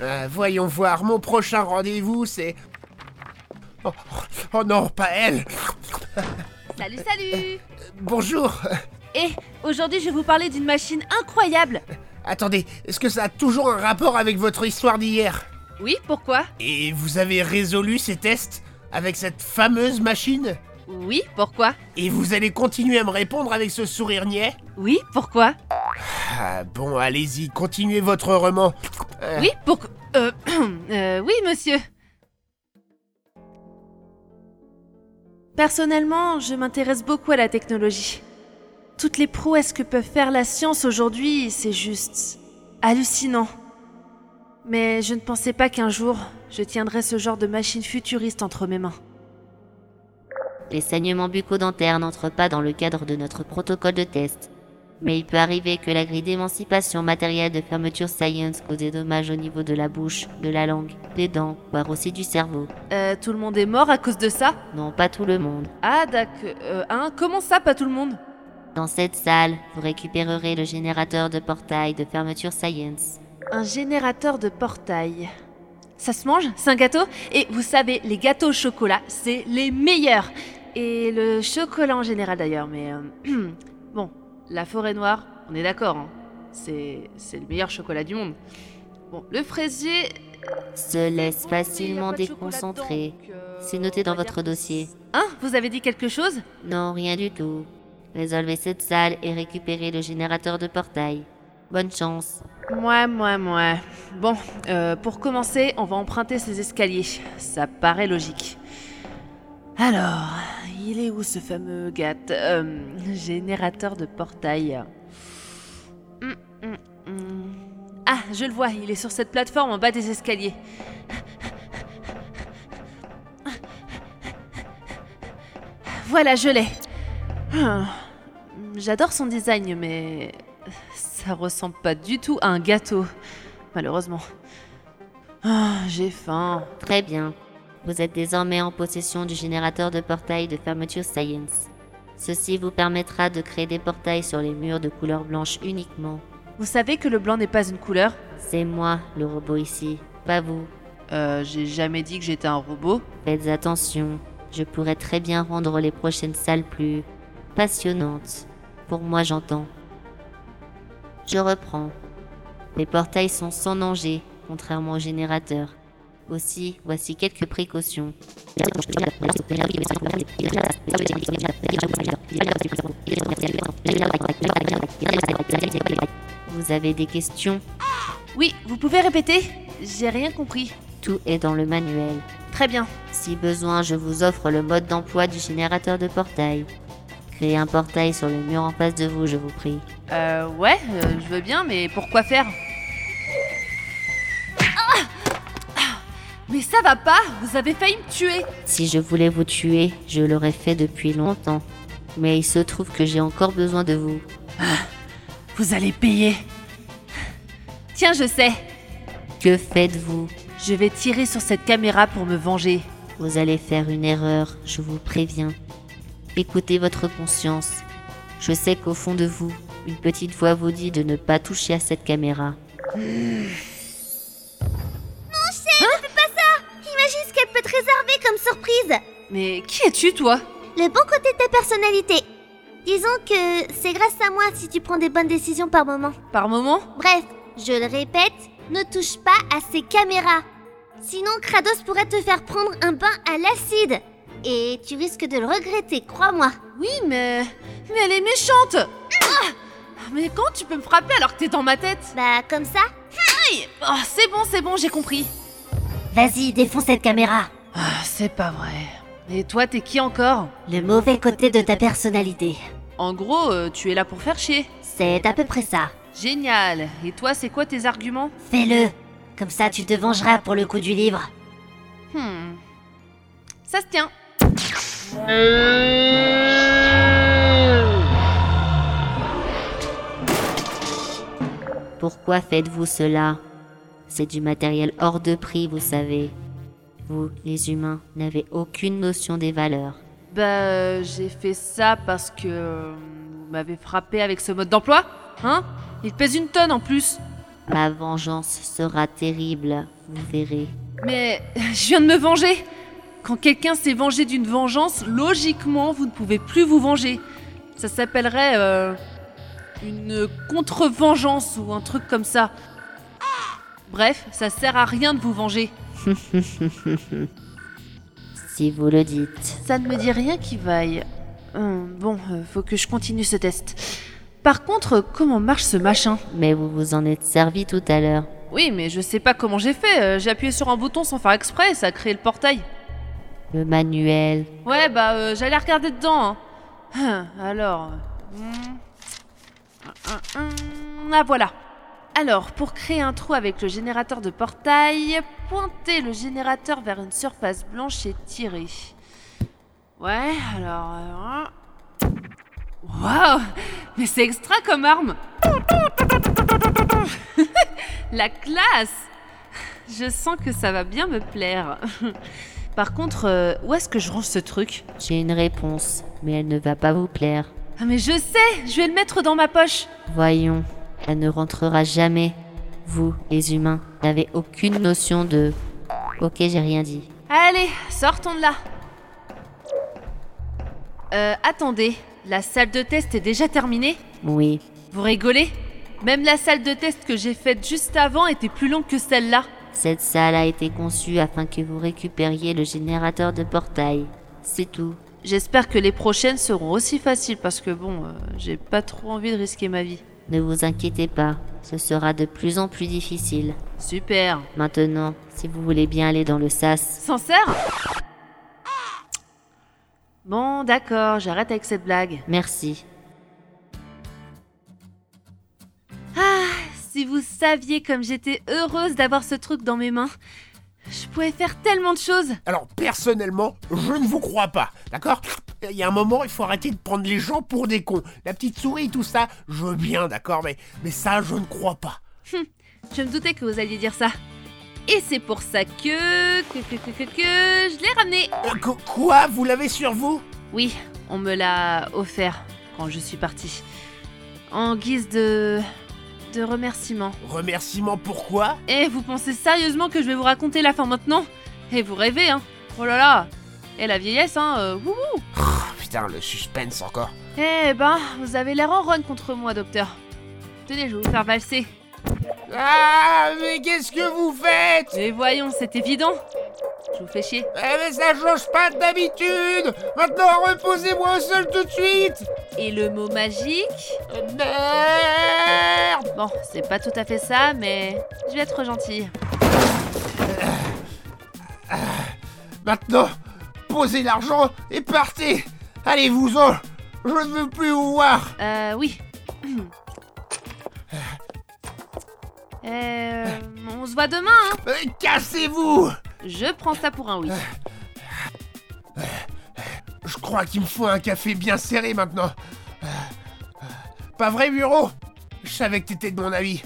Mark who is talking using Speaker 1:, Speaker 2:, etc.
Speaker 1: Euh, voyons voir, mon prochain rendez-vous, c'est... Oh, oh non, pas elle
Speaker 2: Salut, salut
Speaker 1: Bonjour
Speaker 2: Et aujourd'hui, je vais vous parler d'une machine incroyable
Speaker 1: Attendez, est-ce que ça a toujours un rapport avec votre histoire d'hier
Speaker 2: Oui, pourquoi
Speaker 1: Et vous avez résolu ces tests avec cette fameuse machine
Speaker 2: Oui, pourquoi
Speaker 1: Et vous allez continuer à me répondre avec ce sourire niais
Speaker 2: Oui, pourquoi
Speaker 1: Ah bon, allez-y, continuez votre roman. Euh,
Speaker 2: Oui, pourquoi euh, euh, Oui, monsieur Personnellement, je m'intéresse beaucoup à la technologie. Toutes les prouesses que peut faire la science aujourd'hui, c'est juste hallucinant. Mais je ne pensais pas qu'un jour, je tiendrais ce genre de machine futuriste entre mes mains.
Speaker 3: Les saignements bucco-dentaires n'entrent pas dans le cadre de notre protocole de test. Mais il peut arriver que la grille d'émancipation matérielle de fermeture science cause des dommages au niveau de la bouche, de la langue, des dents, voire aussi du cerveau.
Speaker 2: Euh, tout le monde est mort à cause de ça
Speaker 3: Non, pas tout le monde.
Speaker 2: Ah, d'accord. Euh, hein, comment ça, pas tout le monde
Speaker 3: Dans cette salle, vous récupérerez le générateur de portail de fermeture science.
Speaker 2: Un générateur de portail. Ça se mange C'est un gâteau Et vous savez, les gâteaux au chocolat, c'est les meilleurs Et le chocolat en général d'ailleurs, mais... euh, bon, la forêt noire, on est d'accord, hein. C'est c'est le meilleur chocolat du monde. Bon, le fraisier...
Speaker 3: Se laisse
Speaker 2: Oui, il y a
Speaker 3: facilement
Speaker 2: pas de chocolat dedans,
Speaker 3: déconcentrer.
Speaker 2: donc, euh,
Speaker 3: C'est noté
Speaker 2: on
Speaker 3: dans
Speaker 2: va
Speaker 3: votre
Speaker 2: dire-
Speaker 3: dossier.
Speaker 2: Hein Vous avez dit quelque chose
Speaker 3: Non, rien du tout. Résolvez cette salle et récupérez le générateur de portail. Bonne chance.
Speaker 2: Moi, moi, moi. Bon, euh, pour commencer, on va emprunter ces escaliers. Ça paraît logique. Alors, il est où ce fameux gâte euh, Générateur de portail. Hum, hum, hum. Ah, je le vois, il est sur cette plateforme en bas des escaliers. Voilà, je l'ai. Hum. J'adore son design, mais ça ressemble pas du tout à un gâteau, malheureusement. Ah, j'ai faim.
Speaker 3: Très bien. Vous êtes désormais en possession du générateur de portail de fermeture Science. Ceci vous permettra de créer des portails sur les murs de couleur blanche uniquement.
Speaker 2: Vous savez que le blanc n'est pas une couleur
Speaker 3: C'est moi, le robot ici, pas vous.
Speaker 2: Euh, j'ai jamais dit que j'étais un robot.
Speaker 3: Faites attention, je pourrais très bien rendre les prochaines salles plus passionnantes. Pour moi, j'entends. Je reprends. Les portails sont sans danger, contrairement au générateur. Aussi, voici quelques précautions. Vous avez des questions
Speaker 2: Oui, vous pouvez répéter J'ai rien compris.
Speaker 3: Tout est dans le manuel.
Speaker 2: Très bien.
Speaker 3: Si besoin, je vous offre le mode d'emploi du générateur de portail. Créez un portail sur le mur en face de vous, je vous prie.
Speaker 2: Euh, ouais, euh, je veux bien, mais pourquoi faire Ah Ah Mais ça va pas Vous avez failli me tuer
Speaker 3: Si je voulais vous tuer, je l'aurais fait depuis longtemps. Mais il se trouve que j'ai encore besoin de vous.
Speaker 2: Vous allez payer. Tiens, je sais.
Speaker 3: Que faites-vous
Speaker 2: Je vais tirer sur cette caméra pour me venger.
Speaker 3: Vous allez faire une erreur, je vous préviens. Écoutez votre conscience. Je sais qu'au fond de vous, une petite voix vous dit de ne pas toucher à cette caméra.
Speaker 4: Imagine ce qu'elle peut te réserver comme surprise
Speaker 2: Mais qui es-tu, toi
Speaker 4: Le bon côté de ta personnalité Disons que c'est grâce à moi si tu prends des bonnes décisions par moment.
Speaker 2: Par moment
Speaker 4: Bref, je le répète, ne touche pas à ces caméras. Sinon, Kratos pourrait te faire prendre un bain à l'acide. Et tu risques de le regretter, crois-moi.
Speaker 2: Oui, mais. Mais elle est méchante Ah Mais quand tu peux me frapper alors que t'es dans ma tête
Speaker 4: Bah, comme ça
Speaker 2: Aïe Oh, C'est bon, c'est bon, j'ai compris.
Speaker 4: Vas-y, défonce cette caméra.
Speaker 2: Ah, c'est pas vrai. Et toi, t'es qui encore
Speaker 4: Le mauvais côté de ta personnalité.
Speaker 2: En gros, euh, tu es là pour faire chier.
Speaker 4: C'est à peu près ça.
Speaker 2: Génial. Et toi, c'est quoi tes arguments
Speaker 4: Fais-le. Comme ça, tu te vengeras pour le coup du livre.
Speaker 2: Hmm. Ça se tient.
Speaker 3: Pourquoi faites-vous cela C'est du matériel hors de prix, vous savez. Vous, les humains, n'avez aucune notion des valeurs.
Speaker 2: Bah, euh, j'ai fait ça parce que. euh, Vous m'avez frappé avec ce mode d'emploi Hein Il pèse une tonne en plus.
Speaker 3: Ma vengeance sera terrible, vous verrez.
Speaker 2: Mais je viens de me venger. Quand quelqu'un s'est vengé d'une vengeance, logiquement, vous ne pouvez plus vous venger. Ça s'appellerait euh, une contre-vengeance ou un truc comme ça. Bref, ça sert à rien de vous venger.
Speaker 3: Si vous le dites.
Speaker 2: Ça ne me dit rien qui vaille. Hum, bon, euh, faut que je continue ce test. Par contre, euh, comment marche ce machin
Speaker 3: Mais vous vous en êtes servi tout à l'heure.
Speaker 2: Oui, mais je sais pas comment j'ai fait. euh, J'ai appuyé sur un bouton sans faire exprès, ça a créé le portail.
Speaker 3: Le manuel.
Speaker 2: Ouais, bah euh, j'allais regarder dedans. hein. Hum, Alors. euh, hum, hum, hum, Ah voilà. Alors, pour créer un trou avec le générateur de portail, pointez le générateur vers une surface blanche et tirez. Ouais, alors. euh, hein. Waouh Mais c'est extra comme arme La classe Je sens que ça va bien me plaire. Par contre, euh, où est-ce que je range ce truc
Speaker 3: J'ai une réponse, mais elle ne va pas vous plaire.
Speaker 2: Ah mais je sais, je vais le mettre dans ma poche.
Speaker 3: Voyons, elle ne rentrera jamais. Vous, les humains, n'avez aucune notion de... Ok, j'ai rien dit.
Speaker 2: Allez, sortons de là. Euh, attendez, la salle de test est déjà terminée
Speaker 3: Oui,
Speaker 2: Vous rigolez Même la salle de test que j'ai faite juste avant était plus longue que celle-là.
Speaker 3: cette salle a été conçue afin que vous récupériez le générateur de portail. C'est tout.
Speaker 2: J'espère que les prochaines seront aussi faciles parce que bon, euh, j'ai pas trop envie de risquer ma vie.
Speaker 3: Ne vous inquiétez pas, ce sera de plus en plus difficile.
Speaker 2: Super.
Speaker 3: Maintenant, si vous voulez bien aller dans le sas,
Speaker 2: Sincère Bon, d'accord, j'arrête avec cette blague.
Speaker 3: merci.
Speaker 2: Si vous saviez comme j'étais heureuse d'avoir ce truc dans mes mains, je pouvais faire tellement de choses.
Speaker 1: Alors, personnellement, je ne vous crois pas, d'accord Il y a un moment, il faut arrêter de prendre les gens pour des cons. La petite souris, tout ça, je veux bien, d'accord mais, mais ça, je ne crois pas.
Speaker 2: Je me doutais que vous alliez dire ça. Et c'est pour ça que... que... que... que... que... que... je l'ai ramené.
Speaker 1: Euh, qu- quoi Vous l'avez sur vous
Speaker 2: Oui, on me l'a offert quand je suis partie. En guise de... de remerciement.
Speaker 1: Remerciement pourquoi
Speaker 2: Eh, vous pensez sérieusement que je vais vous raconter la fin maintenant Eh, vous rêvez, hein Oh là là Eh, la vieillesse, hein euh, wouhou
Speaker 1: Ah, Putain, le suspense encore.
Speaker 2: Eh ben, vous avez l'air en run contre moi, docteur. Tenez, je vais vous faire valser.
Speaker 1: Ah, mais qu'est-ce que vous faites
Speaker 2: Mais voyons, c'est évident. Je vous fais chier.
Speaker 1: Eh, mais ça change pas d'habitude Maintenant, reposez-moi au sol tout de suite
Speaker 2: Et le mot magique
Speaker 1: Euh, Merde
Speaker 2: Bon, c'est pas tout à fait ça, mais je vais être gentille.
Speaker 1: Maintenant, posez l'argent et partez Allez-vous-en Je ne veux plus vous voir
Speaker 2: Euh, oui. Euh, on se voit demain, hein
Speaker 1: Euh, Cassez-vous
Speaker 2: Je prends ça pour un oui.
Speaker 1: Je crois qu'il me faut un café bien Euh, serré maintenant. Pas vrai, Bureau Je savais que t'étais de mon avis.